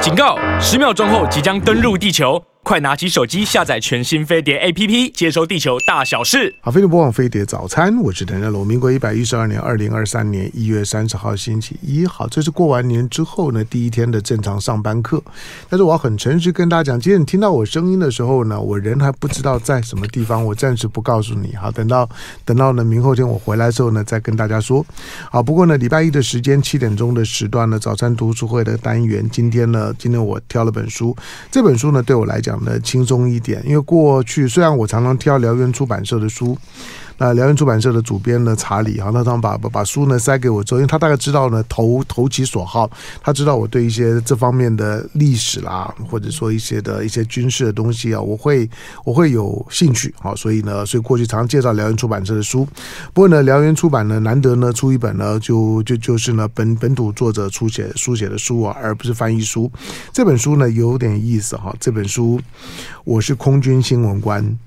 警告！十秒钟后即将登陆地球，快拿起手机下载全新飞碟 APP，接收地球大小事。好，飞碟播放飞碟早餐，我是陈家龙。民国一百一十二年二零二三年一月三十号星期一，好，这是过完年之后呢第一天的正常上班课。但是我要很诚实跟大家讲，今天你听到我声音的时候呢，我人还不知道在什么地方，我暂时不告诉你。好，等到等到呢明后天我回来之后呢，再跟大家说。好，不过呢礼拜一的时间七点钟的时段呢，早餐读书会的单元，今天呢今天我挑了本书，这本书呢对我来讲呢轻松一点，因为过去虽然我常常挑辽源出版社的书。那辽源出版社的主编呢查理哈，那他把把把书呢塞给我之后，因为他大概知道呢投投其所好，他知道我对一些这方面的历史啦，或者说一些的一些军事的东西啊，我会我会有兴趣好，所以呢，所以过去常介绍辽源出版社的书。不过呢，辽源出版呢难得呢出一本呢就就就是呢本本土作者出写书写的书啊，而不是翻译书。这本书呢有点意思哈，这本书我是空军新闻官。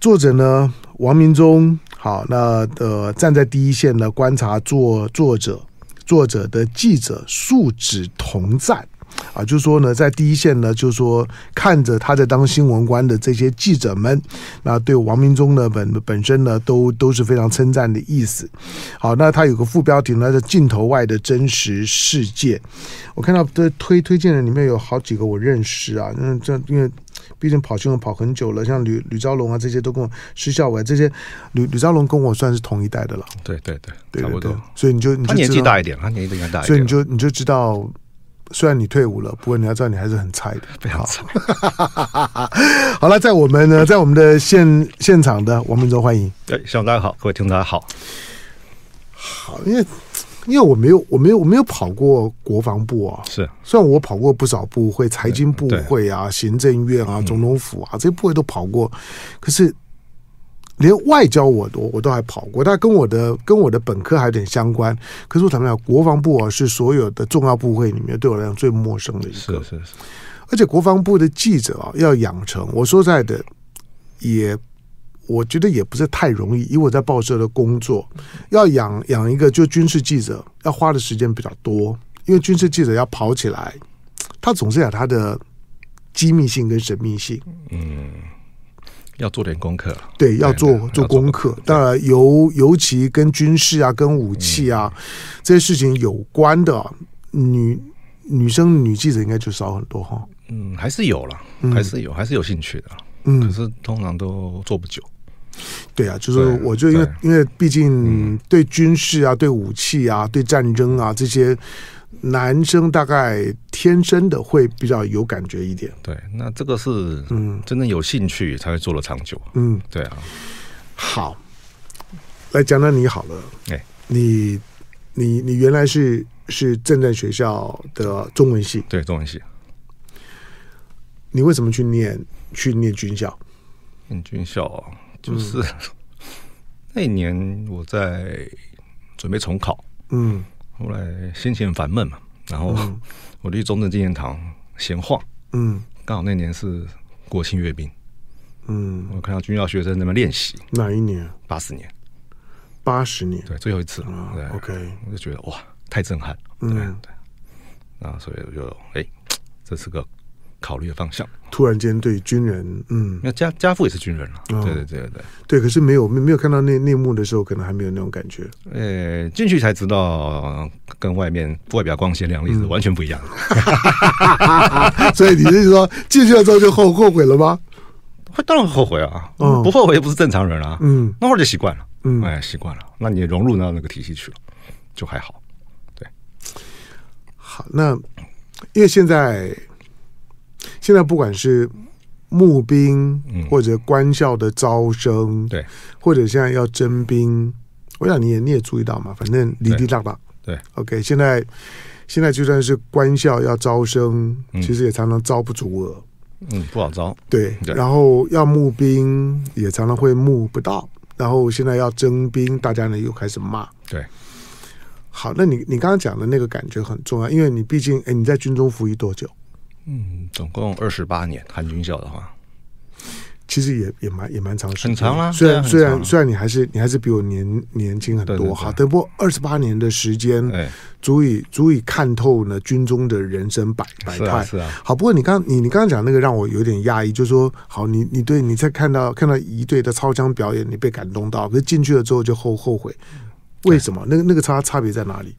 作者呢，王明忠。好，那呃，站在第一线呢，观察作作者、作者的记者素质同赞。啊，就是说呢，在第一线呢，就是说看着他在当新闻官的这些记者们，那对王明忠呢本本身呢都都是非常称赞的意思。好，那他有个副标题呢，叫“镜头外的真实世界”。我看到的推推荐的里面有好几个我认识啊，嗯，这因为毕竟跑新闻跑很久了，像吕吕昭龙啊这些都跟我施孝伟这些，吕吕昭龙跟我算是同一代的了，对对对，对差对不对多。，所以你就你他就年知纪道，大一点，他年纪应该大一点，所以你就你就知道。虽然你退伍了，不过你要知道你还是很菜的，非 常惨。好了，在我们呢，在我们的现现场的王明洲，欢迎。哎，向大家好，各位听众大家好。好，因为因为我没有，我没有，我没有跑过国防部啊。是虽然我跑过不少部会，财经部会啊、行政院啊、总统府啊，这些部会都跑过，可是连外交我都我都还跑过，但跟我的跟我的本科还有点相关。可是我坦白讲，国防部啊是所有的重要部会里面对我来讲最陌生的一个是。是是，而且国防部的记者啊，要养成，我说实在的，也我觉得也不是太容易，因为我在报社的工作，要养养一个就军事记者，要花的时间比较多，因为军事记者要跑起来，他总是有他的机密性跟神秘性。要做点功课。对，要对做要做做功功课。当然，尤尤其跟军事啊、跟武器嗯啊、这些事情有关的，女女生女记者应该就少很多哈。嗯，还是有了，还是有，还是有兴趣的。嗯可，是通常都做不久。对啊，就是对我觉得，因为因为毕竟嗯对军事啊、对武器啊、对战争啊这些，男生大概天生的会比较有感觉一点。对，那这个是嗯真正有兴趣才会做得长久。嗯，对啊，好，来讲讲你好了。哎你你你原来是是正在学校的中文系，对中文系，你为什么去念去念军校？念军校哦就是嗯 那一年我在准备重考，嗯后来心情烦闷嘛，然后我去中正纪念堂闲晃，嗯刚好那年是国庆阅兵，嗯，我看到军校学生在那边练习，哪一年？八十年，八十年。对，最后一次，对啊 OK，我就觉得哇，太震撼，对嗯对，那所以我就哎，这是个考虑的方向。突然间对军人，嗯，那家家父也是军人了，哦对对对对对，可是没有没没有看到那内幕的时候，可能还没有那种感觉。 对，呃，进去才知道呃跟外面外表光鲜亮嗯丽是完全不一样的。所以你是说进去了之后就后后悔了吗？当然后悔啊，嗯不后悔也不是正常人啊。嗯那后来就习惯了，嗯，哎，习惯了，那你也融入到那个体系去了，就还好。好，那因为现在现在不管是募兵嗯或者官校的招生，对，或者现在要征兵，我想你也你也注意到嘛，反正离地大大。对，OK，现在现在就算是官校要招生，嗯其实也常常招不足额。嗯，不好招，对，对然后要募兵也常常会募不到，然后现在要征兵，大家呢又开始骂。对，好，那你你刚刚讲的那个感觉很重要，因为你毕竟哎你在军中服役多久？嗯，总共二十八年，含军校的话，其实也也蛮也蛮长时间，很长啦虽然对啊虽很长然啊虽然你还是你还是比我年年轻很对对多对哈，但不过二十八年的时间，哎，足以足以看透呢军中的人生百百是啊态。是啊，好，不过你刚你你刚刚讲那个让我有点压抑，就说好，你你对你在看到看到一队的操枪表演，你被感动到，可是进去了之后就后后悔，为什么？那个那个差差别在哪里？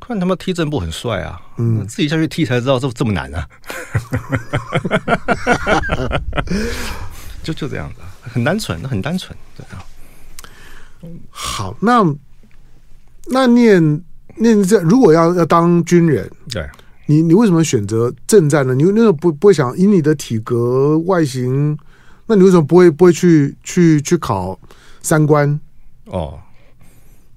看他们踢正步很帅啊，嗯嗯，自己下去踢才知道这这么难啊， 就就这样子啊，很单纯，很单纯，对啊，好，那那念念这如果要要当军人，对，你你为什么选择正战呢？你那个不不会想以你的体格外形，那你为什么不会不会去去去考三官？哦，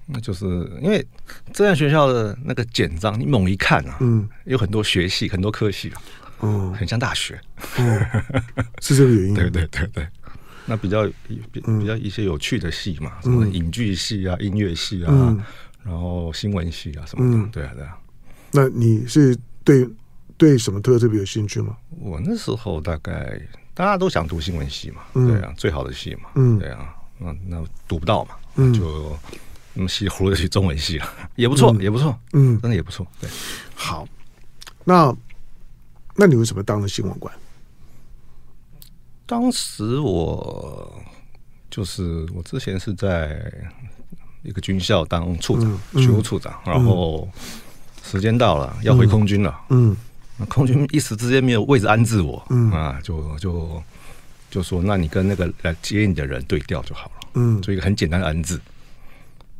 那就是因为这样学校的那个简章，你猛一看啊，嗯有很多学系，很多科系啊，哦很像大学，是这个原因。对对对对。那比较比比较一些有趣的戏嘛，什么影剧系啊、音乐系啊，嗯然后新闻系啊什么的，嗯对啊对啊。那你是对对什么特特别有兴趣吗？我那时候大概大家都想读新闻系嘛，嗯对啊，最好的系嘛，嗯对啊，那那读不到嘛，嗯就那么 稀里糊涂的去中文系了，也不错，也不错，嗯，真的也不错，对。好，那那你为什么当了新闻官？当时我就是我之前是在一个军校当处长嗯，嗯学务处长，然后时间到了要回空军了，嗯那空军一时之间没有位置安置我，嗯啊，就就就说那你跟那个来接你的人对调就好了，嗯做一个很简单的安置。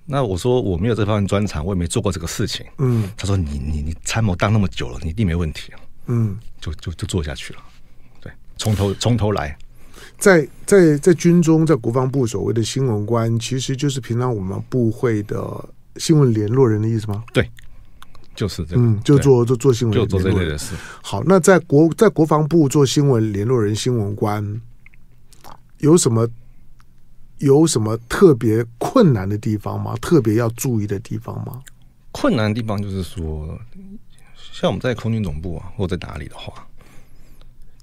那我说我没有这方面专长，我也没做过这个事情。嗯他说你你你参谋当那么久了，你一定没问题啊，嗯，就就就做下去了，对，从头从头来，在在在军中，在国防部所谓的新闻官，其实就是平常我们部会的新闻联络人的意思吗？对，就是这个，嗯，就对做就做新闻就联做络这类人的。事。好，那在国在国防部做新闻联络人、新闻官，有什么有什么特别困难的地方吗？特别要注意的地方吗？困难的地方就是说，像我们在空军总部啊，或者在哪里的话，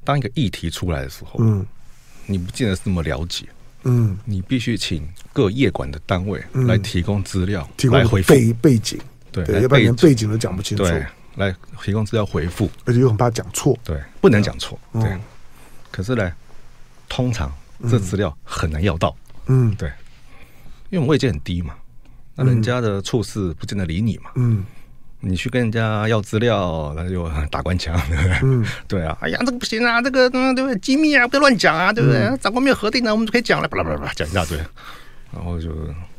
当一个议题出来的时候，嗯你不见得是那么了解，嗯，你必须请各业管的单位嗯来提供资料，提供来回复，背背景，对，对，来要不然连背背景都讲不清楚，对，来提供资料回复，而且又很怕讲错。对，不能讲错，嗯对。可是呢，通常这资料很难要到，嗯对，因为我们位阶很低嘛，那人家的处事不见得理你嘛，嗯你去跟人家要资料，那就打官腔，对不对？嗯 对啊，哎呀，这个不行啊，这个嗯，对不对？机密啊，不要乱讲嗯啊，对不对？长官没有核定呢、我们就可以讲了，巴拉巴拉巴拉讲一大堆， 然后就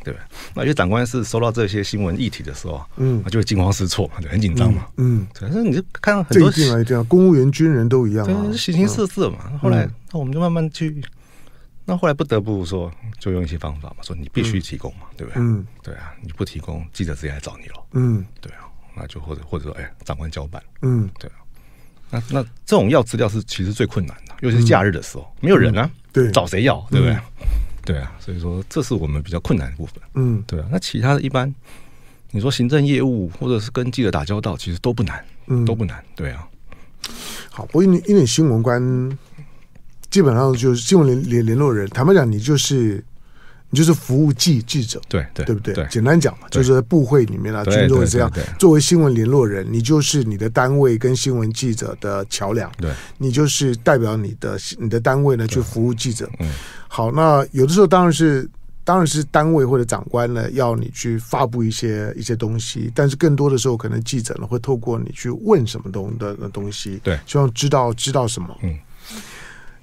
对不对？那有些长官是收到这些新闻议题的时候，嗯他就会惊慌失措嘛，对很紧张嘛。嗯，对，但是你就看到很这多一定啊，一定啊，公务员、军人都一样啊对，。形形色色嘛。后来嗯，那我们就慢慢去，那后来不得不说，就用一些方法嘛，说你必须提供嘛，对不对？嗯对啊，你不提供，记者直接来找你了，嗯对啊，那就或者或者说，哎，长官交办。嗯对啊，那那这种要资料是其实最困难的，尤其是假日的时候，没有人啊，嗯对找谁要，对不对？对啊，所以说这是我们比较困难的部分。嗯对啊，那其他的一般，你说行政业务或者是跟记者打交道，其实都不难，嗯，都不难。对啊，好，不过因为因为新闻官基本上就是新闻联联联络人，坦白讲，你就是你就是服务记记者，对对对不对？对简单讲嘛，对就是在部会里面啊，对军中是这样对对对。作为新闻联络人，你就是你的单位跟新闻记者的桥梁，对，你就是代表你的你的单位呢去服务记者。嗯好，那有的时候当然是。当然是单位或者长官呢，要你去发布一些一些东西，但是更多的时候，可能记者呢会透过你去问什么东的的东西，对希望知道知道什么。嗯，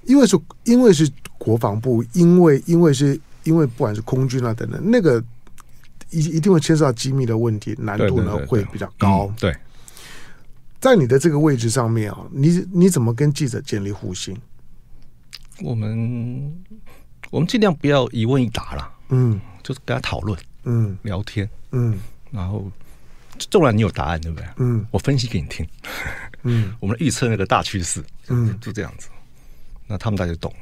因为是因为是国防部，因为因为是因为不管是空军啊等等，那个一一定会牵涉到机密的问题，难对度对呢对对会比较高嗯。对，在你的这个位置上面啊，你你怎么跟记者建立互信？我们我们尽量不要一问一答啦，嗯就是跟他讨论嗯聊天，嗯然后纵然你有答案，对不对？嗯我分析给你听。嗯 我们预测那个大趋势，嗯，就这样子。那他们大家就懂了。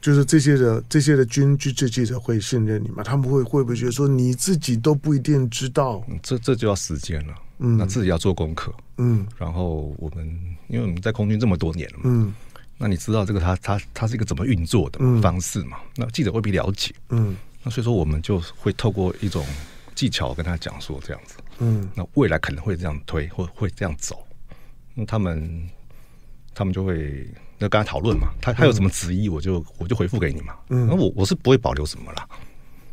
就是这些的这些的军军事记者会信任你吗？他们会会不会觉得说你自己都不一定知道？嗯这这就要时间了，嗯那自己要做功课。嗯然后我们，因为我们在空军这么多年了嘛，嗯那你知道这个它它它是一个怎么运作的嗯方式嘛？那记者未必了解，嗯那所以说我们就会透过一种技巧跟他讲说这样子，嗯那未来可能会这样推，或会这样走，那他们他们就会那跟他讨论嘛，他他有什么质疑，我就我就回复给你嘛，嗯那我我是不会保留什么啦，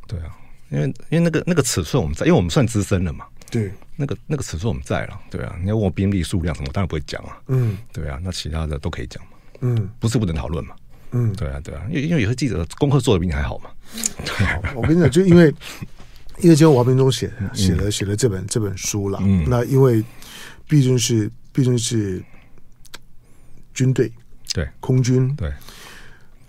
对啊，因为因为那个那个尺寸我们在，因为我们算资深了嘛，对，那个那个尺寸我们在了，对啊，你要问我兵力数量什么，我当然不会讲啊，嗯对啊，那其他的都可以讲嘛，嗯不是不能讨论嘛，嗯，对啊对啊，因为因为有些记者功课做的比你还好嘛，我跟你讲，就因为因为今天王明忠写写了写了这本这本书了，嗯那因为毕竟是毕竟是军队对空军，对，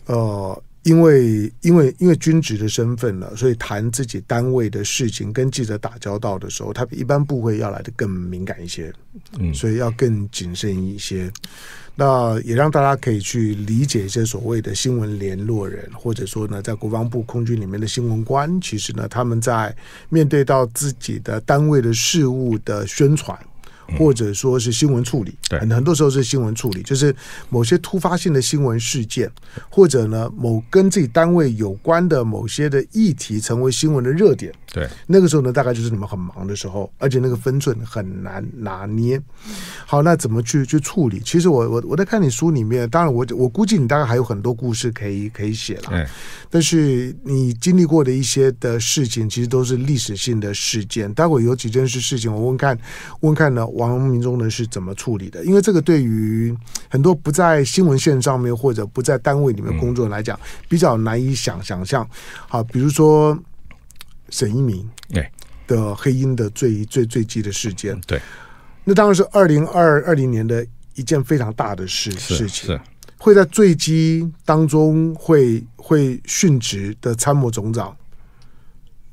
呃，因为因为因为军职的身份了，所以谈自己单位的事情跟记者打交道的时候，他比一般部会要来的更敏感一些，嗯所以要更谨慎一些。那也让大家可以去理解一些所谓的新闻联络人，或者说呢，在国防部空军里面的新闻官，其实呢，他们在面对到自己的单位的事务的宣传。或者说是新闻处理，对很很多时候是新闻处理，就是某些突发性的新闻事件，或者呢某跟自己单位有关的某些的议题成为新闻的热点，对那个时候呢，大概就是你们很忙的时候，而且那个分寸很难拿捏。好，那怎么去去处理？其实我我我在看你书里面，当然我我估计你大概还有很多故事可以可以写了，哎但是你经历过的一些的事情，其实都是历史性的事件。待会有几件事事情，我问看问看呢，王明忠呢是怎么处理的？因为这个对于很多不在新闻线上面或者不在单位里面工作人来讲，比较难以想想象。好，比如说沈一鸣。哎的黑鹰的最最最激的事件，对那当然是二零二二零年的一件非常大的事事是情，是会在坠机当中会会殉职的参谋总长，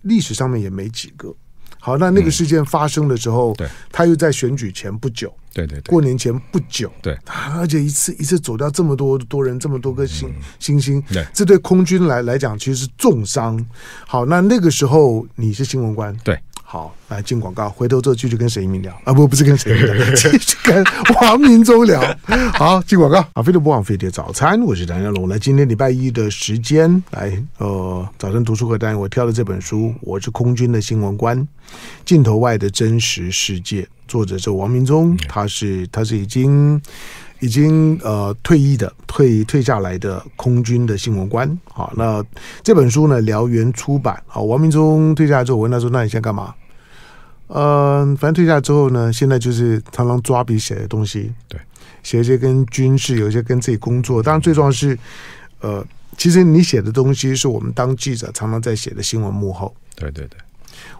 历史上面也没几个。好，那那个事件发生的时候，嗯对他又在选举前不久，对对对过年前不久，对嗯啊，而且一次一次走掉这么多多人，这么多个星星星对，这对空军来来讲其实是重伤。好，那那个时候你是新闻官，对，好，来进广告，回头之后继续跟沈一鸣聊啊，不，不是跟沈一鸣聊，继续跟王明忠聊。好，进 广告。好，飞碟不枉啊飞碟早餐，我是梁家龙。来，今天礼拜一的时间，来，呃，早晨读书会单元我挑的这本书，我是空军的新闻官，镜头外的真实世界，作者是王明忠，他是他是已经。已经呃退役的退退下来的空军的新闻官，好，那这本书呢，辽源出版。好，王明忠退下来之后，我问他说：“那你现在干嘛？”呃，反正退下之后呢，现在就是常常抓笔写的东西，对，写一些跟军事，有一些跟自己工作。当然，最重要的是，呃，其实你写的东西是我们当记者常常在写的新闻幕后。对对对，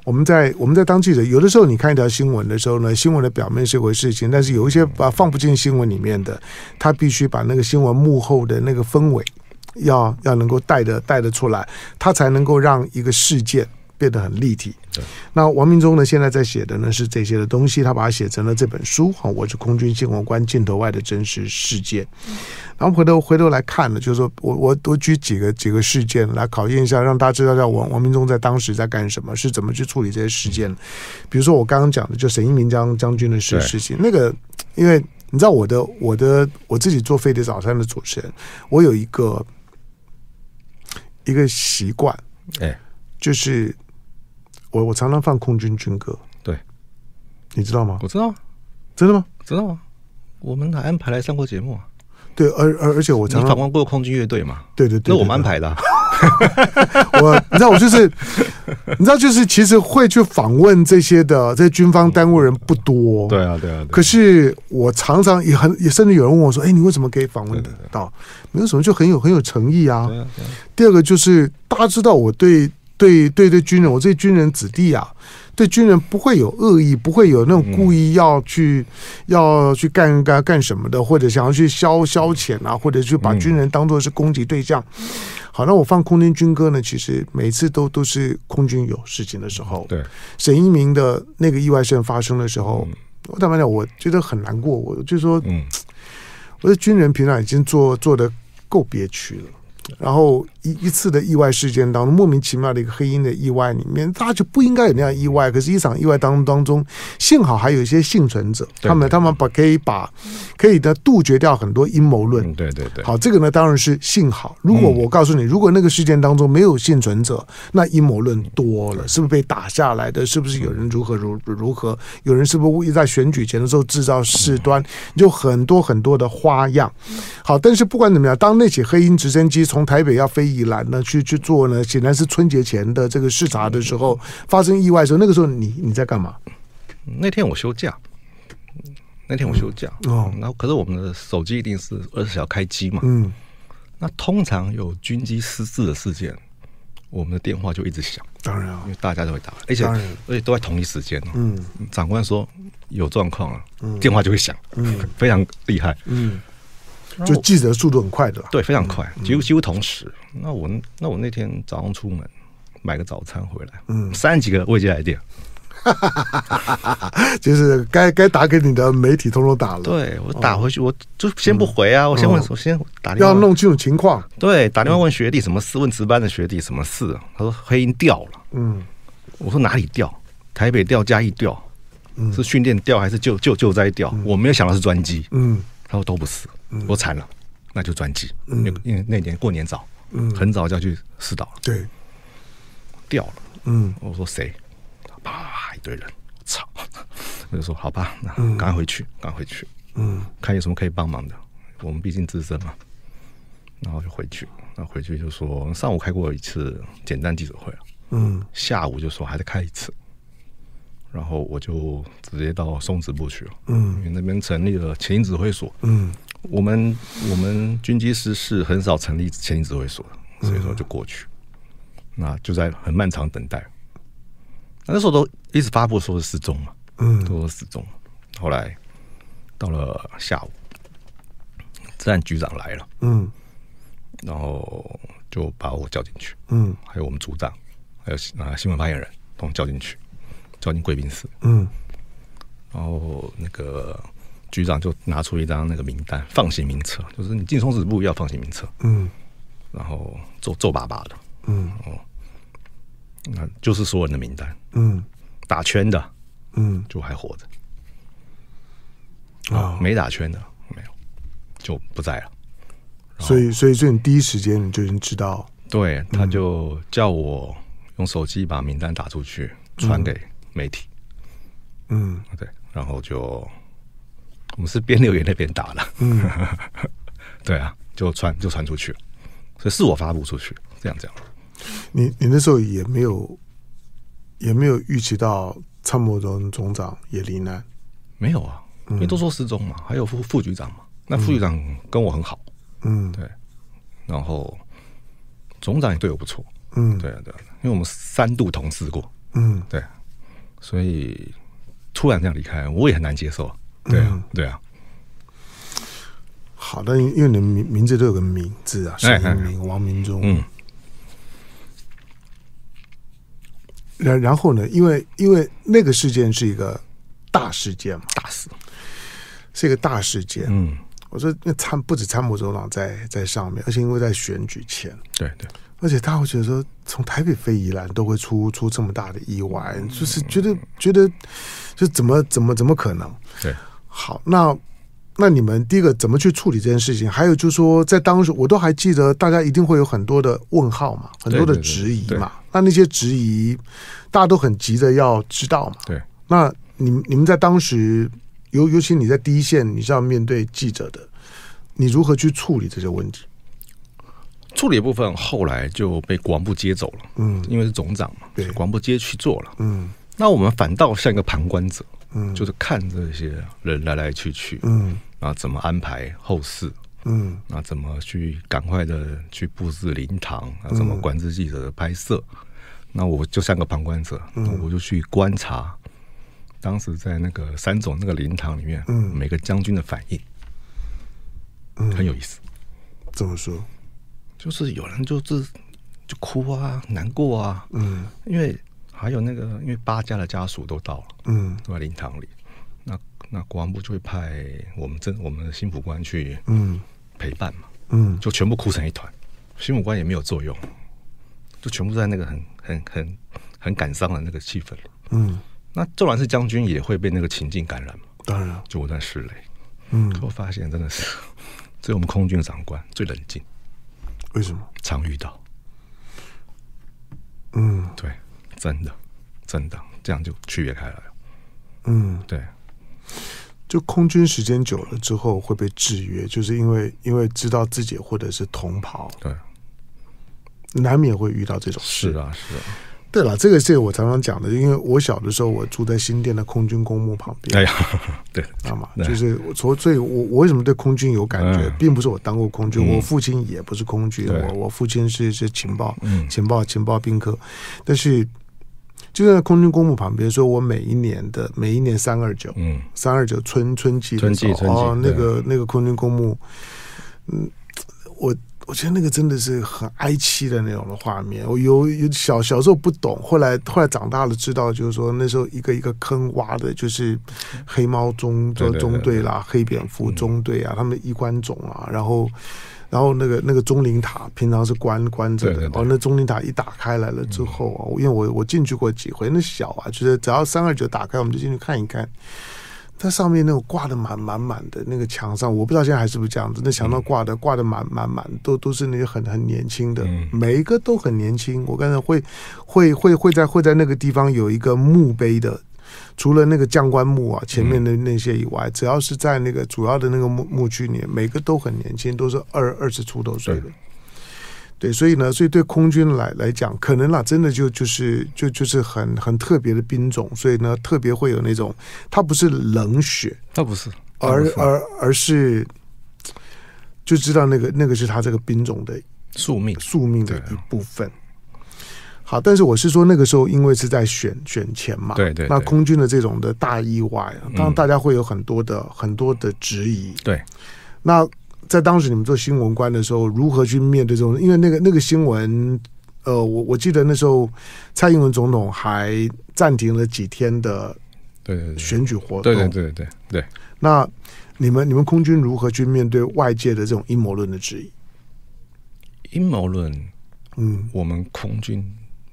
我们在我们在当记者，有的时候你看一条新闻的时候呢，新闻的表面是一回事情，但是有一些把放不进新闻里面的，他必须把那个新闻幕后的那个氛围要要能够带的带得出来，他才能够让一个事件变得很立体对。那王明忠呢，现在在写的呢是这些的东西，他把它写成了这本书哈，我是空军新闻官镜头外的真实世界。然后回头回头来看呢，就是说我我我举几个几个事件来考验一下，让大家知道一下王王明忠在当时在干什么，是怎么去处理这些事件。比如说我刚刚讲的，就沈一鸣将将军的事对事情，那个因为你知道我的我的我自己做飞碟早餐的主持人，我有一个一个习惯，哎就是我我常常放空军军歌，对，你知道吗？我知道啊真的吗？知道啊，我们还安排来上过节目啊。对，而而而且我你常访常问过空军乐队嘛？对对对，那我们对安。排的啊、我你知道我就是， 你知道就是，其实会去访问这些的这些军方单位人不多，。啊，对啊，可是我常常也很也甚至有人问我说：“哎，你为什么可以访问得到？没有什么，就很有很有诚意啊。对啊，对啊第二个就是大家知道我对对对对军人，我这军人子弟啊，对军人不会有恶意，不会有那种故意要去、要去干干干什么的，或者想要去消消遣啊，或者去把军人当做是攻击对象。嗯好，那我放空军军歌呢，其实每次都都是空军有事情的时候，对，沈一鸣的那个意外事件发生的时候，我坦白讲，我觉得很难过，我就说嗯，我的军人平常已经做做的够憋屈了。然后一一次的意外事件当中，莫名其妙的一个黑鹰的意外里面，大家就不应该有那样意外。可是，一场意外当当中，幸好还有一些幸存者，对他们对他们把可以把可以的杜绝掉很多阴谋论。嗯，对对对，好，这个呢当然是幸好。如果我告诉你，如果那个事件当中没有幸存者，那阴谋论多了，是不是被打下来的？是不是有人如何如如何？有人是不是在选举前的时候制造事端？就很多很多的花样。好，但是不管怎么样，当那起黑鹰直升机从台北要飞宜兰呢，去去做呢，显然是春节前的这个视察的时候发生意外的时候，那个时候你你在干嘛？那天我休假，那天我休假，哦哦，然后可是我们的手机一定是二十小时开机嘛，嗯，那通常有军机失事的事件，我们的电话就一直响，当然啊因，为大家都会打，而且当然而且都在同一时间哦。嗯长官说有状况了，电话就会响，非常厉害，嗯，就记者速度很快的 啦。对，非常快，嗯几乎几乎同时。那我那我那天早上出门买个早餐回来，嗯，三十几个未接来电，就是该该打给你的媒体通通打了，对我打回去，我就先不回啊，我先问，我先打电话哦要弄清楚情况。对，打电话问学弟什么事，问值班的学弟什么事，他说黑鹰掉了。嗯，我说哪里掉？台北掉，嘉义掉，是训练掉还是救救救灾掉？我没有想到是专机。嗯他说都不是，我惨了，那就专机。因为因为那年过年早，很早就要去试岛了，对，掉了。嗯我说谁？啪，一堆人，我操！我就说好吧，那赶快回去，赶快回去，嗯看有什么可以帮忙的。我们毕竟资深嘛，然后就回去。那回去就说上午开过一次简单记者会啊，嗯下午就说还在开一次，然后我就直接到松子部去了，因嗯为那边成立了前营指挥所。嗯我们我们军机师是很少成立前营指挥所的，所以说就过去，那就在很漫长等待。那时候都一直发布说是失踪嘛，嗯都说失踪。后来到了下午，自然局长来了，嗯然后就把我叫进去。嗯还有我们组长，还有啊新闻发言人，把我们叫进去，叫进贵宾室，嗯然后那个局长就拿出一张那个名单，放行名册，就是你进松子部要放行名册，嗯然后皱皱巴巴的，哦嗯那就是所有人的名单，嗯打圈的嗯就还活着，哦啊，没打圈的没有，就不在了。所以所以所以你第一时间你就已经知道，对，他就叫我用手机把名单打出去，传给媒体。嗯对，然后就我们是边留言那边打的，嗯， 对啊，就传就传出去了，所以是我发布出去，这样讲，你你那时候也没有也没有预期到参谋总总长也罹难，没有啊，因为都说失踪嘛，还有副副局长嘛，那副局长跟我很好，嗯对，然后总长也对我不错，嗯对啊对啊，因为我们三度同事过，嗯对，所以突然这样离开，我也很难接受，对啊、对啊，好的，因为你的名名字都有个名字啊，哎沈明明、王明忠，嗯，然然后呢，因为因为那个事件是一个大事件嘛，大事，是一个大事件，嗯，我说那参不止参谋总长在在上面，而且因为在选举前，对对，而且他会觉得说从台北飞宜兰都会出出这么大的意外，就是觉得觉得就怎么怎么怎么可能？对，好，那那你们第一个怎么去处理这件事情？还有就是说，在当时我都还记得，大家一定会有很多的问号嘛，很多的对对对质疑对嘛。那那些质疑，大家都很急着要知道嘛。对。那你们你们在当时，尤尤其你在第一线，你是要面对记者的，你如何去处理这些问题？处理部分后来就被国防部接走了，嗯因为是总长嘛，对国防部接去做了。嗯那我们反倒像一个旁观者，嗯就是看这些人来来去去，嗯然后怎么安排后事，嗯那怎么去赶快的去布置灵堂，啊，怎么管制记者的拍摄。那我就像个旁观者，嗯我就去观察当时在那个三总那个灵堂里面，嗯每个将军的反应，很有意思。怎么说？就是有人就是就哭啊，难过啊，嗯因为还有那个，因为八家的家属都到了，嗯都在灵堂里。那那国防部就会派我们政我们的新浦官去嗯陪伴嘛，嗯就全部哭成一团。新闻官也没有作用，就全部在那个很很很很感伤的那个气氛里。嗯，那纵然是将军，也会被那个情境感染嘛。当然，就我在室内，嗯，可我发现真的是， 只有我们空军的长官最冷静，为什么？常遇到。嗯对，真的，真的，这样就区别开来了。嗯，对，就空军时间久了之后会被制约，就是因为因为知道自己或者是同袍，对，难免会遇到这种事是。啊，是啊。对了，这个是我常常讲的，因为我小的时候我住在新店的空军公墓旁边，哎呀， 对，知道吗？对就是我所所以，我我为什么对空军有感觉嗯，并不是我当过空军，嗯我父亲也不是空军，对我我父亲是是情报嗯情报情报兵科，但是就在空军公墓旁边，所以我每一年的每一年三二九嗯，三二九春春季的春时季候春季哦，那对个那个空军公墓，嗯，我我觉得那个真的是很哀戚的那种的画面。我有有小小时候不懂，后来后来长大了知道，就是说那时候一个一个坑挖的，就是黑猫中对对对嗯中队啦、黑蝙蝠中队啊，他们衣冠冢啊，然后。然后那个那个钟灵塔平常是关关着的，对对对嗯哦，那钟灵塔一打开来了之后啊，因为我我进去过几回，那小啊，就是只要三二九打开，我们就进去看一看。它上面那种挂的满满满的那个墙上，我不知道现在还是不是这样子。那墙嗯上挂的挂的满满满，都都是那些很很年轻的，嗯每一个都很年轻。我刚才会会会会在会在那个地方有一个墓碑的，除了那个将官墓嗯啊前面的那些以外，只要是在那个主要的那个墓墓区里面，每个都很年轻，都是二二十出头岁的对。对，所以呢，所以对空军来来讲，可能啦，真的就就是就就是很很特别的兵种，所以呢，特别会有那种，它不是冷血，倒不是，倒不而是而而是就知道那个那个是他这个兵种的宿命，宿命的对啊一部分。好，但是我是说，那个时候因为是在选选前嘛，对嗯对那对空军的这种的大意外啊，当然大家会有很多的、很多的质疑。对，那在当时你们做新闻官的时候，如何去面对这种？因为那个那个新闻，呃，我我记得那时候蔡英文总统还暂停了几天的对对对，选举活动，对对对对对。那你们你们空军如何去面对外界的这种阴谋论的质疑？阴谋论，嗯我们空军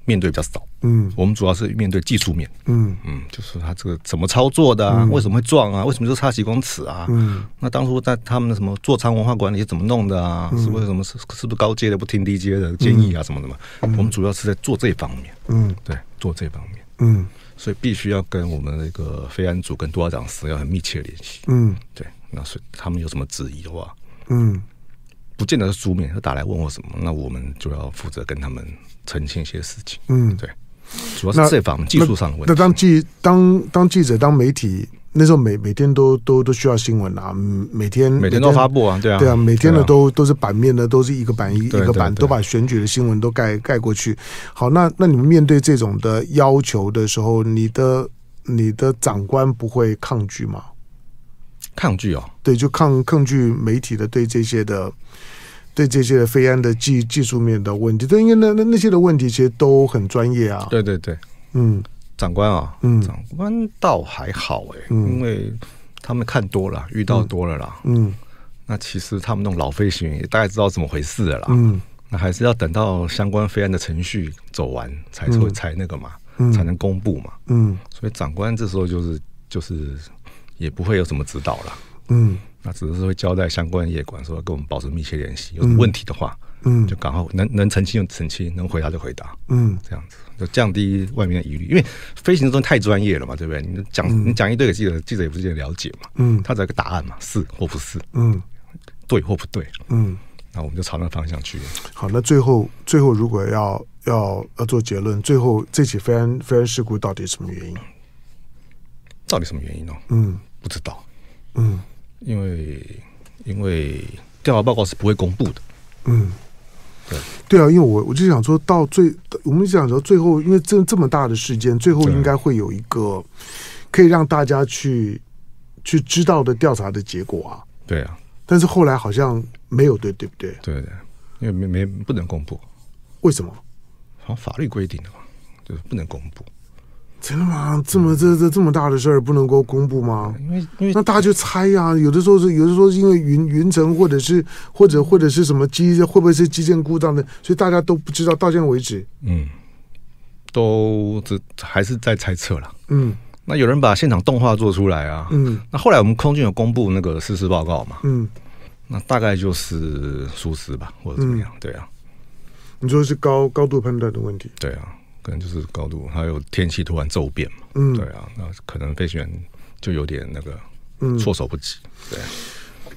面对比较少，嗯我们主要是面对技术面，嗯嗯，就是他这个怎么操作的啊，嗯为什么会撞啊，为什么就差几公尺啊？嗯那当初在他们的什么座舱文化管理是怎么弄的啊？是为什么是是不是高阶的不听低阶的建议啊什么什么？我们主要是在做这方面，嗯对，做这方面，嗯所以必须要跟我们那个飞安组跟督导长室要很密切联系，嗯对，那所以他们有什么质疑的话，嗯不见得是书面，他打来问我什么，那我们就要负责跟他们澄清一些事情。嗯，对，主要那是这方面技术上的问题。那当记当当记者当媒体那时候每每天都都都需要新闻啊，嗯每天每天都发。布啊，对啊，对啊，每天的都、都是版面的，都是一个版一一对个版，对对都把选举的新闻都盖盖过去。好，那那你们面对这种的要求的时候，你的你的长官不会抗拒吗？抗拒哦，对，就抗抗拒媒体的对这些的对这些的非安的技技术面的问题，对，因为那那那些的问题其实都很专业啊。，对对对，嗯长官啊、嗯长官倒还好哎、嗯因为他们看多了，遇到多了啦。嗯那其实他们那种老飞行员也大概知道怎么回事了啦。嗯那还是要等到相关飞案的程序走完，才会、才那个嘛，嗯才能公布嘛。嗯所以长官这时候就是就是也不会有什么指导了。嗯那只是会交代相关业管说跟我们保持密切联系，有什么问题的话，嗯就赶快能能澄清就澄清，能回答就回答，嗯这样子就降低外面的疑虑。因为飞行中太专业了嘛，对不对？你讲你讲一堆给记者，记者也不见得了解嘛，嗯他只有一个答案嘛，是或不是，嗯对或不对，嗯。那我们就朝那方向去。好，那最后最后如果要要要做结论，最后这起非安非安事故到底什么原因？到底什么原因呢？嗯不知道，嗯因为因为调查报告是不会公布的。嗯对。对啊，因为我我就想说到最，我们一直想说最后，因为这这么大的事件，最后对应该会有一个可以让大家去去知道的调查的结果啊。对啊，但是后来好像没有对，对不对？对对，因为没没不能公布，为什么？好像法律规定的嘛，就是不能公布。真的吗？这么这这这么大的事儿不能够公布吗？因为因为那大家就猜呀、有的时候是，有的时候是因为云云层或者是或者或者是什么基，会不会是基建故障的，所以大家都不知道，到现在为止，嗯，都这还是在猜测啦。嗯那有人把现场动画做出来啊，嗯那后来我们空军有公布那个实时报告嘛，嗯，那大概就是疏失吧，或者怎么样，对啊，你说是高高度判断的问题，对啊，可能就是高度，还有天气突然骤变嘛，嗯对啊，那可能飞行员就有点那个嗯措手不及，对啊、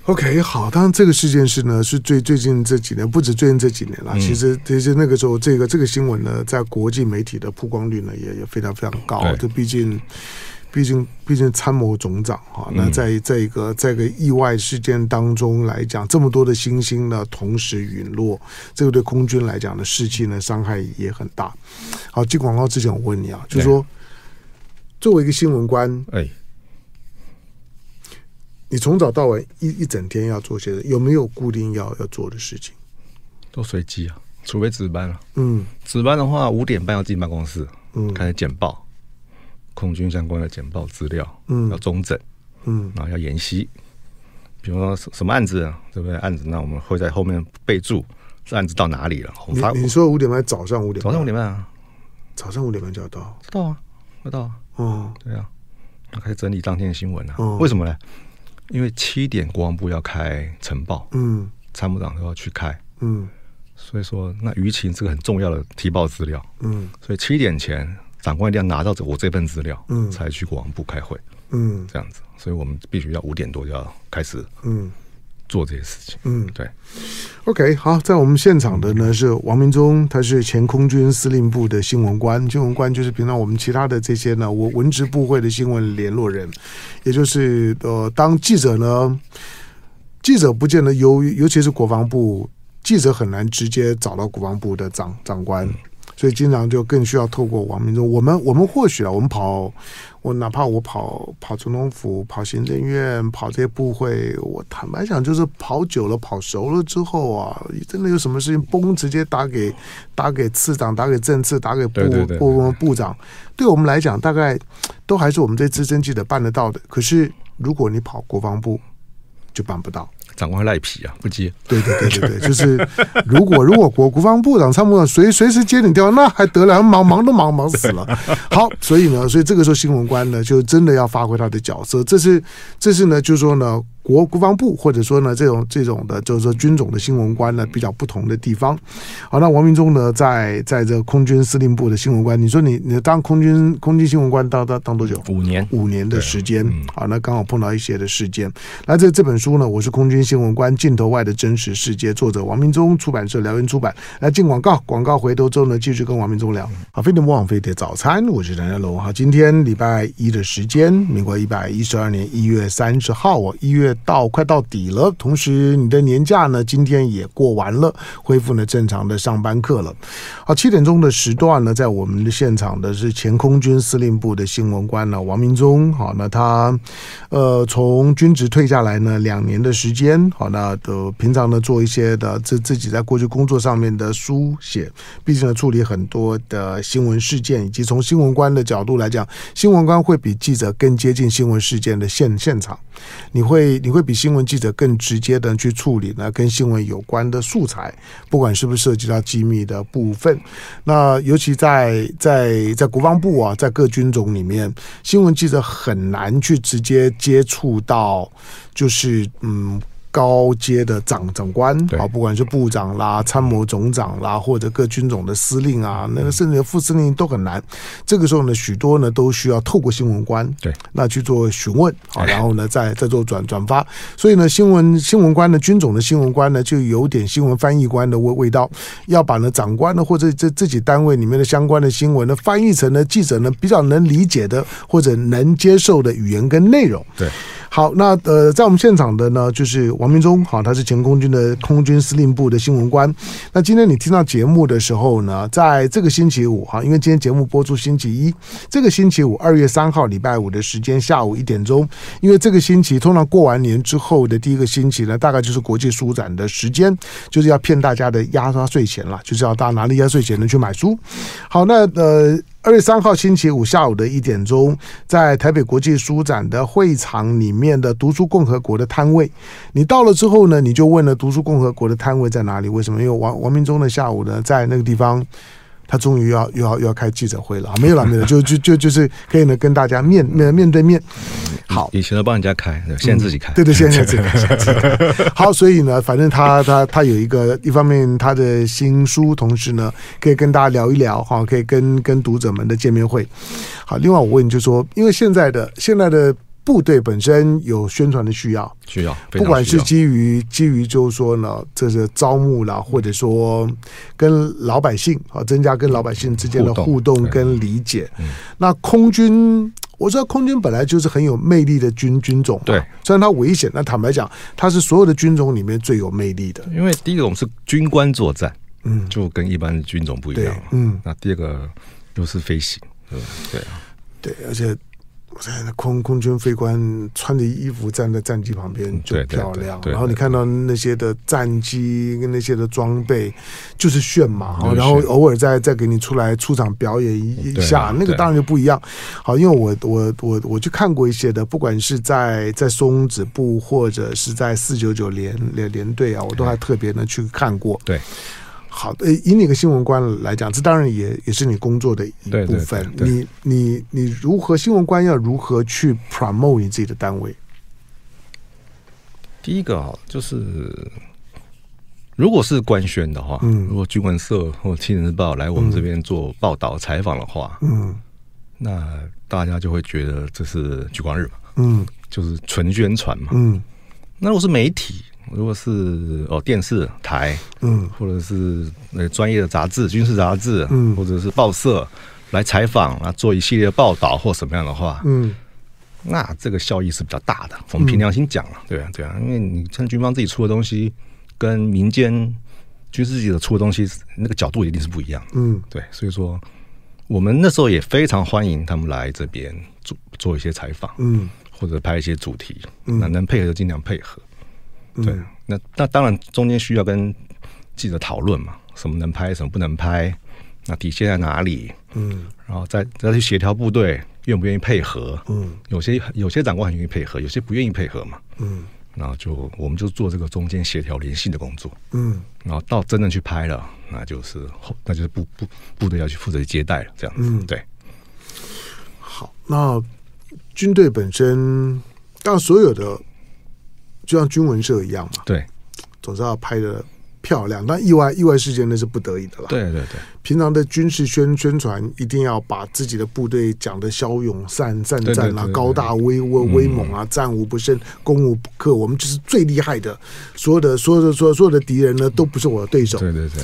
OK，好，当然这个事件是呢，是最最近这几年，不止最近这几年啦。其实其实那个时候，这个这个新闻呢，在国际媒体的曝光率呢，也也非常非常高。对这毕竟，毕竟毕竟参谋总长哈，那在在一个在一个意外事件当中来讲，这么多的星星呢同时陨落，这个对空军来讲的士气呢伤害也很大。好，进广告之前我问你啊，就是说，作为一个新闻官，哎，你从早到晚一一整天要做些的，有没有固定要要做的事情？都随机啊，除非值班了、嗯值班的话五点半要进办公室，嗯开始简报，空军相关的简报资料，嗯要中整，嗯然后要研析。比如说什什么案子，啊对不对？案子那我们会在后面备注，这案子到哪里了？我你们发你说五点半早上五点半早上五点半啊，早上五点半就要到知道啊，知道啊，哦对啊，要开始整理当天的新闻啊。嗯为什么呢？因为七点国防部要开晨报，嗯参谋长都要去开，嗯所以说那舆情是个很重要的提报资料，嗯所以七点前长官一定要拿到这我这份资料，嗯才去国防部开会，嗯这样子，所以我们必须要五点多就要开始嗯做这些事情。嗯对， OK，好，在我们现场的嗯呢是王明忠，他是前空军司令部的新闻官，新闻官就是平常我们其他的这些呢，我文职部会的新闻联络人，也就是呃，当记者呢，记者不见得尤尤其是国防部，记者很难直接找到国防部的长长嗯官。所以经常就更需要透过王明忠，我们我们或许啊，我们跑，我哪怕我跑跑总统府、跑行政院、跑这些部会，我坦白讲，就是跑久了、跑熟了之后啊，真的有什么事情，嘣，直接打给打给次长、打给正次、打给部对对对部部长，对我们来讲，大概都还是我们这资深记者办得到的。可是如果你跑国防部，就办不到。长官会赖皮啊，不接。对对对对对， 就是如果如果国国防部长、参谋长随随时接你电话，那还得了？忙忙都忙忙死了。好，所以呢，所以这个时候新闻官呢，就真的要发挥他的角色。这是这是呢，就是说呢，国国防部或者说呢这种这种的，就是说军种的新闻官呢比较不同的地方。好，那王明忠呢，在在这空军司令部的新闻官，你说你你当空军空军新闻官当当当多久？五年，五年的时间嗯，好，那刚好碰到一些的事件。那这这本书呢，我是空军新闻官镜头外的真实世界，作者王明忠，出版社辽源出版。来进广告，广告回头之后呢，继续跟王明忠聊。好，飞碟魔网飞碟早餐，我是梁家龙。好，今天礼拜一的时间，民国一百一十二年一月三十号哦，一月到快到底了，同时你的年假呢，今天也过完了，恢复呢正常的上班课了。好，七点钟的时段呢，在我们的现场的是前空军司令部的新闻官呢王明忠。好，那他呃从军职退下来呢两年的时间，好，那呃平常呢做一些的自自己在过去工作上面的书写，毕竟呢处理很多的新闻事件，以及从新闻官的角度来讲，新闻官会比记者更接近新闻事件的现现场。你会你会比新闻记者更直接的去处理呢跟新闻有关的素材，不管是不是涉及到机密的部分。那尤其在在在国防部啊，在各军种里面，新闻记者很难去直接接触到，就是嗯。高阶的长长官对啊，不管是部长啦、参谋总长啦，或者各军种的司令啊，那个甚至副司令都很难。这个时候呢，许多呢都需要透过新闻官对那去做询问，好，哎然后呢再再做转转发。所以呢，新闻新闻官呢，军种的新闻官呢，就有点新闻翻译官的味味道，要把呢长官呢或者这自己单位里面的相关的新闻呢翻译成呢记者呢比较能理解的或者能接受的语言跟内容。对，好，那呃，在我们现场的呢，就是王明忠，好，他是前空军的空军司令部的新闻官。那今天你听到节目的时候呢，在这个星期五哈，因为今天节目播出星期一，这个星期五二月三号礼拜五的时间下午一点钟，因为这个星期通常过完年之后的第一个星期呢，大概就是国际书展的时间，就是要骗大家的压压岁钱啦，就是要大家拿着压岁钱呢去买书。好，那呃。二月三号星期五下午的一点钟，在台北国际书展的会场里面的读书共和国的摊位，你到了之后呢，你就问了读书共和国的摊位在哪里？为什么？因为王王明忠的下午呢，在那个地方，他终于要又要又要开记者会了，没有了，没有了，就就就就是可以呢跟大家面面面对面。好，以前都帮人家开，对现在自己开。对对， 现在这个现在这个好，所以呢，反正他他他有一个一方面他的新书，同时呢可以跟大家聊一聊哈，可以跟跟读者们的见面会。好，另外我问就说，因为现在的现在的部队本身有宣传的需要，需要，非常不管需是要基于基于就是说呢，这是招募啦，或者说跟老百姓啊，增加跟老百姓之间的互嗯互动动对嗯跟理解。那空军，我知道空军本来就是很有魅力的军军种嘛，对虽然它危险，但坦白讲，它是所有的军种里面最有魅力的。因为第一个我们是军官作战，嗯，就跟一般的军种不一对样嘛，。嗯，那第二个又是飞行，对吧对啊，对，而且。我在那空空军飞官穿着衣服站在战机旁边就嗯对对漂对亮，对然后你对看到那些的战机跟那些的装备，就是炫嘛，就哈是然后炫偶尔再再给你出来出场表演一一对啊下，那个对当然就不一样。好，因为我我我我去看过一些的，不管是在在松子部或者是在四九九连连连队啊，我都还特别呢去看过。对，好的，呃以你一个新闻官来讲，这当然也也是你工作的一对对部对分。对你你你如何新闻官要如何去 promote 你自己的单位？第一个啊，就是如果是官宣的话，嗯如果军文社或青年日报来我们这边做报道采访的话，嗯那大家就会觉得这是举光日嘛，嗯就是纯宣传嘛。嗯那如果是媒体，如果是哦电视台嗯或者是呃专业的杂志、军事杂志，嗯或者是报社来采访啊，做一系列报道或什么样的话，嗯那这个效益是比较大的。我们凭良心讲了，嗯对啊，对啊，因为你像军方自己出的东西，跟民间军事记者出的东西，那个角度一定是不一样的。嗯对，所以说我们那时候也非常欢迎他们来这边做做一些采访，嗯或者拍一些主题，嗯那能配合就尽量配合。对嗯，那那当然中间需要跟记者讨论嘛，什么能拍，什么不能拍，那底线在哪里，嗯然后再再去协调部队愿不愿意配合。嗯有些有些长官很愿意配合，有些不愿意配合嘛。嗯然后就我们就做这个中间协调联系的工作，嗯然后到真正去拍了，那就是后那就是部部部队要去负责接待了，这样子。嗯对，好，那军队本身，当然所有的就像军文社一样嘛，对，总是要拍的漂亮。但意外意外事件那是不得已的啦。对对对，平常的军事宣宣传一定要把自己的部队讲的骁勇善善对对战啊对，对嗯高大威威威猛啊，战无不胜，攻无不克，我们就是最厉害的。所有的所有的所有所有的敌人呢，都不是我的对手。嗯对对对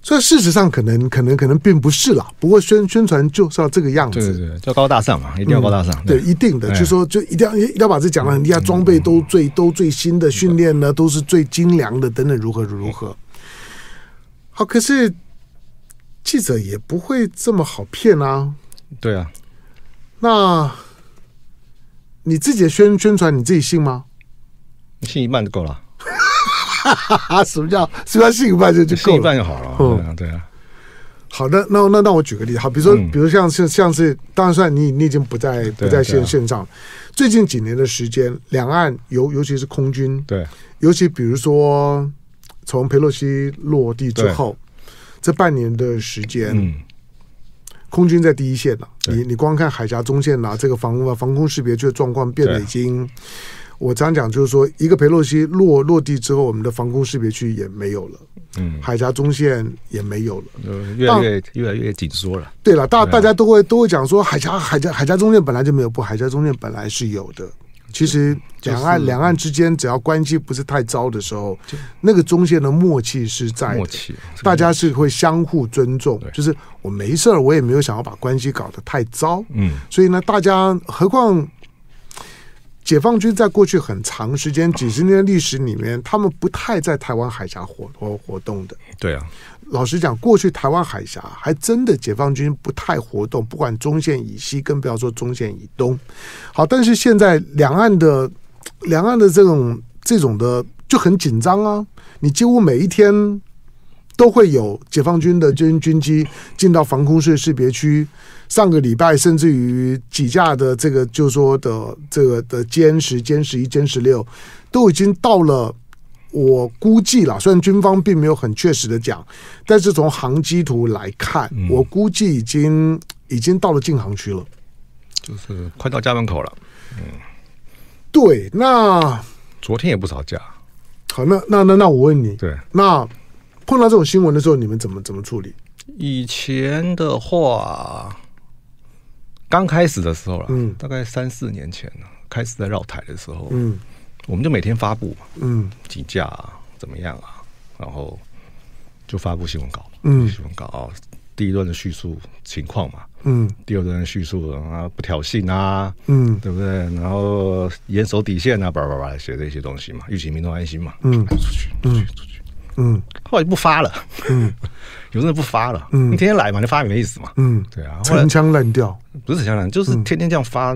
所以事实上，可能可能可能并不是啦。不过宣宣传就是要这个样对对子。对，叫高大上嘛，一定要高大上。嗯对，一定的，哎嗯就说就一定要一定要把这讲的很厉害，装备都最都最新的，训练呢都是最精良的，等等如何如嗯何。好，可是记者也不会这么好骗啊。对啊，那你自己的宣宣传你自己信吗？ 信一半就够了，啊，什么叫什么叫信一半就就信够一半了？就好了。嗯对啊，对啊，好的，那那那我举个例子，好，比如说、嗯比如像像像是，当然算你你已经不在不对啊在线、对啊线上了，最近几年的时间，两岸尤尤其是空军，对啊尤其比如说从佩洛西落地之对后，这半年的时间，嗯，空军在第一线了、对你你光看海峡中线呐、这个防防空识别区的状况变得对已经，我常讲就是说，一个佩洛西落落地之后，我们的防空识别区也没有了，嗯，海峡中线也没有了。呃越来越越来越紧缩了。对了，大对啊大家都会都会讲说海峡海峡海峡中线本来就没有，不，海峡中线本来是有的。其实嗯就是两岸两岸之间只要关系不是太糟的时候就，那个中线的默契是在默的。契，大家是会相互尊重对，就是我没事儿，我也没有想要把关系搞得太糟，嗯，所以呢，大家何况解放军在过去很长时间几十年的历史里面，他们不太在台湾海峡活活活动的。对啊，老实讲，过去台湾海峡还真的解放军不太活动，不管中线以西，更不要说中线以东。好，但是现在两岸的两岸的这种这种的就很紧张啊，你几乎每一天都会有解放军嗯的军军机进到防空税识别区。上个礼拜，甚至于几架的这个，就说的这个的歼十、歼十一、歼十六，都已经到了。我估计啦，虽然军方并没有很确实的讲，但是从航机图来看，嗯我估计已经已经到了禁航区了。就是快到家门口了。对，那昨天也不吵架，好，那那那那我问你，对。那碰到这种新闻的时候，你们怎么怎么处理？以前的话，刚开始的时候啦，嗯大概三四年前了开始在绕台的时候，嗯我们就每天发布嘛，嗯几架啊，怎么样啊，然后就发布新闻稿，嗯新闻稿、哦第一段的叙述情况嘛，嗯第二段的叙述啊，不挑衅啊，嗯对不对？然后严守底线啊，叭叭叭，写这些东西嘛，预警民众安心嘛，嗯出去，出去，出去，嗯后来就不发了，嗯 有的人不发了，嗯你天天来嘛，你发也没意思嘛，嗯，对啊，后来陈腔滥调。不是陈香兰，就是天天这样发，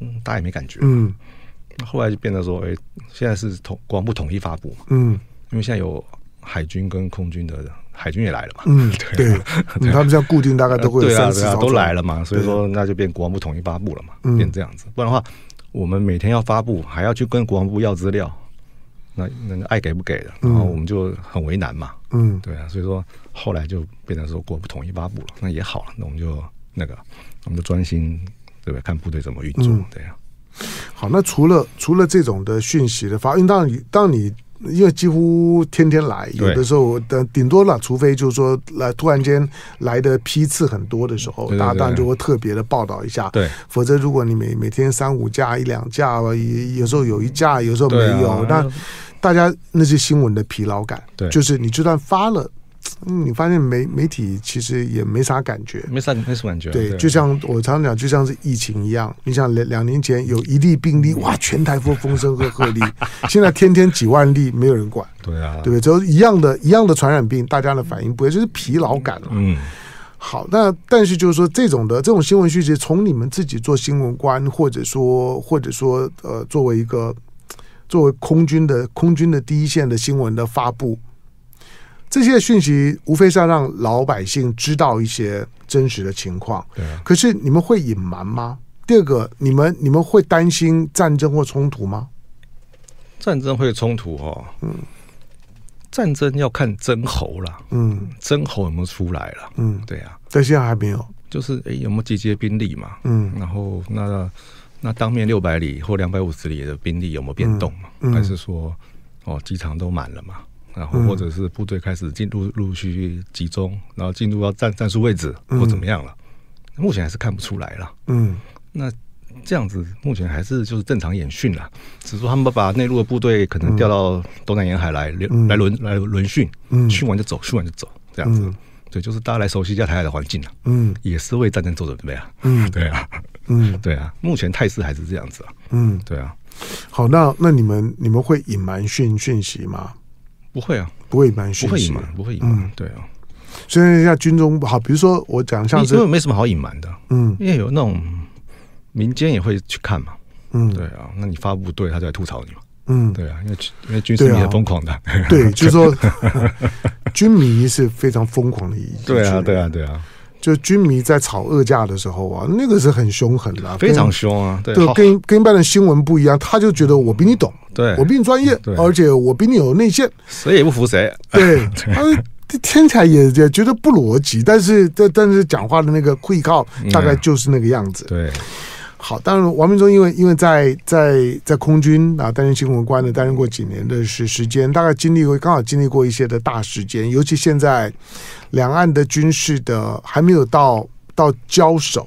嗯，大家也没感觉。嗯后来就变得说，哎、现在是统国防部统一发布嘛，嗯因为现在有海军跟空军的，海军也来了嘛， 啊嗯，对，嗯他们这样固定大概都会有对啊三四对啊条都来了船。嘛，所以说那就变国防部统一发布了嘛，变这样子，不嗯然的话，我们每天要发布，还要去跟国防部要资料，那那爱给不给的，然后我们就很为难嘛，嗯对啊，所以说后来就变成说国不统一发布了，那也好了，那我们就那个，我们就专心对不对？看部队怎么运作，嗯对啊。好，那除了除了这种的讯息的发，因为当你当你因为几乎天天来，有对的时候的顶多了，除非就是说来突然间来的批次很多的时候，对对大家对当然就会特别的报道一下。对否则如果你每每天三五架一两架，有有时候有一架，有时候没对啊有，那大家那是新闻的疲劳感。对就是你就算发了，嗯，你发现媒媒体其实也没啥感觉。没啥没什么感觉啊。对，就像我常讲，就像是疫情一样，你想两两年前有一例病例，哇，全台风风声鹤鹤 唳，现在天天几万例，没有人管，对啊，对不对？只有一样的一样的传染病，大家的反应不会，就是疲劳感了。嗯，好，那但是就是说，这种的这种新闻讯息，从你们自己做新闻官，或者说或者说呃，作为一个作为空军的空军的第一线的新闻的发布，这些讯息无非是要让老百姓知道一些真实的情况。对啊，可是你们会隐瞒吗？第二个，你们你们会担心战争或冲突吗？战争会冲突哦。嗯，战争要看真猴啦，嗯真猴有没有出来了？嗯，对啊，但现在还没有。就是诶有没有集结兵力嘛？嗯然后那那当面六百里或两百五十里的兵力有没有变动嘛？嗯嗯还是说哦机场都满了嘛？然后嗯或者是部队开始进入陆续集中，然后进入到战战术位置嗯或怎么样了？目前还是看不出来了。嗯那这样子目前还是就是正常演训啦，只是说他们把内陆的部队可能调到东南沿海来、嗯来轮来轮训，嗯训完就走，训完就走，这样子。嗯对，就是大家来熟悉一下台海的环境啊，嗯也是为战争做准备啊。嗯对啊，嗯对啊，目前态势还是这样子啊。嗯。对啊，好，那那你们你们会隐瞒讯讯息吗？不会啊，不会隐瞒不讯会息隐，瞒，不会隐嗯瞒。对啊，所以像军中好，比如说我讲像因是为没什么好隐瞒的，嗯因为有那种民间也会去看嘛。嗯对啊，那你发布对，他就来吐槽你嘛。嗯，对啊，因为因为军事迷对啊很疯 狂的。对，就是说军迷是非常疯狂的一群对 啊，对啊，啊，对啊。就军迷在吵恶架的时候啊，那个是很凶狠的啊，非常跟凶啊，对，对，好跟跟一般的新闻不一样，他就觉得我比你懂，对，我比你专业对，而且我比你有内 线，谁也不服谁，对，他听起来也也觉得不逻辑，但是但但是讲话的那个会靠嗯大概就是那个样子。对，好，当然，王明忠因为因为在在在空军啊担任新闻官的，担任过几年的时时间，大概经历过刚好经历过一些的大事件，尤其现在两岸的军事的还没有到到交手，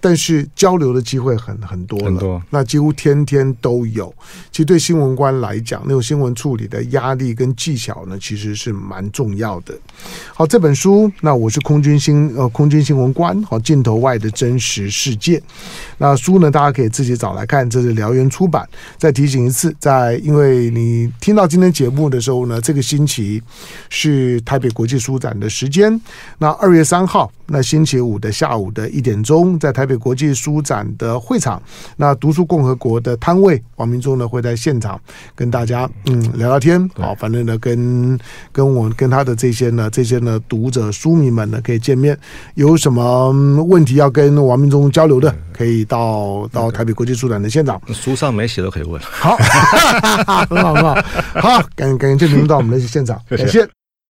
但是交流的机会很很多了，很多那几乎天天都有。其实对新闻官来讲，那种新闻处理的压力跟技巧呢，其实是蛮重要的。好，这本书，那我是空军新呃空军新闻官，好镜头外的真实世界。那书呢，大家可以自己找来看，这是燎原出版。再提醒一次，在因为你听到今天节目的时候呢，这个星期是台北国际书展的时间，那二月三号。那星期五的下午的一点钟，在台北国际书展的会场，那读书共和国的摊位，王明忠呢会在现场跟大家嗯聊聊天，好、反正呢跟跟我跟他的这些呢这些呢读者书迷们呢可以见面，有什么嗯问题要跟王明忠交流的，可以到到台北国际书展的现 场。书上没写都可以问。好，很好很好，好，感感谢您到我们的现场，感谢。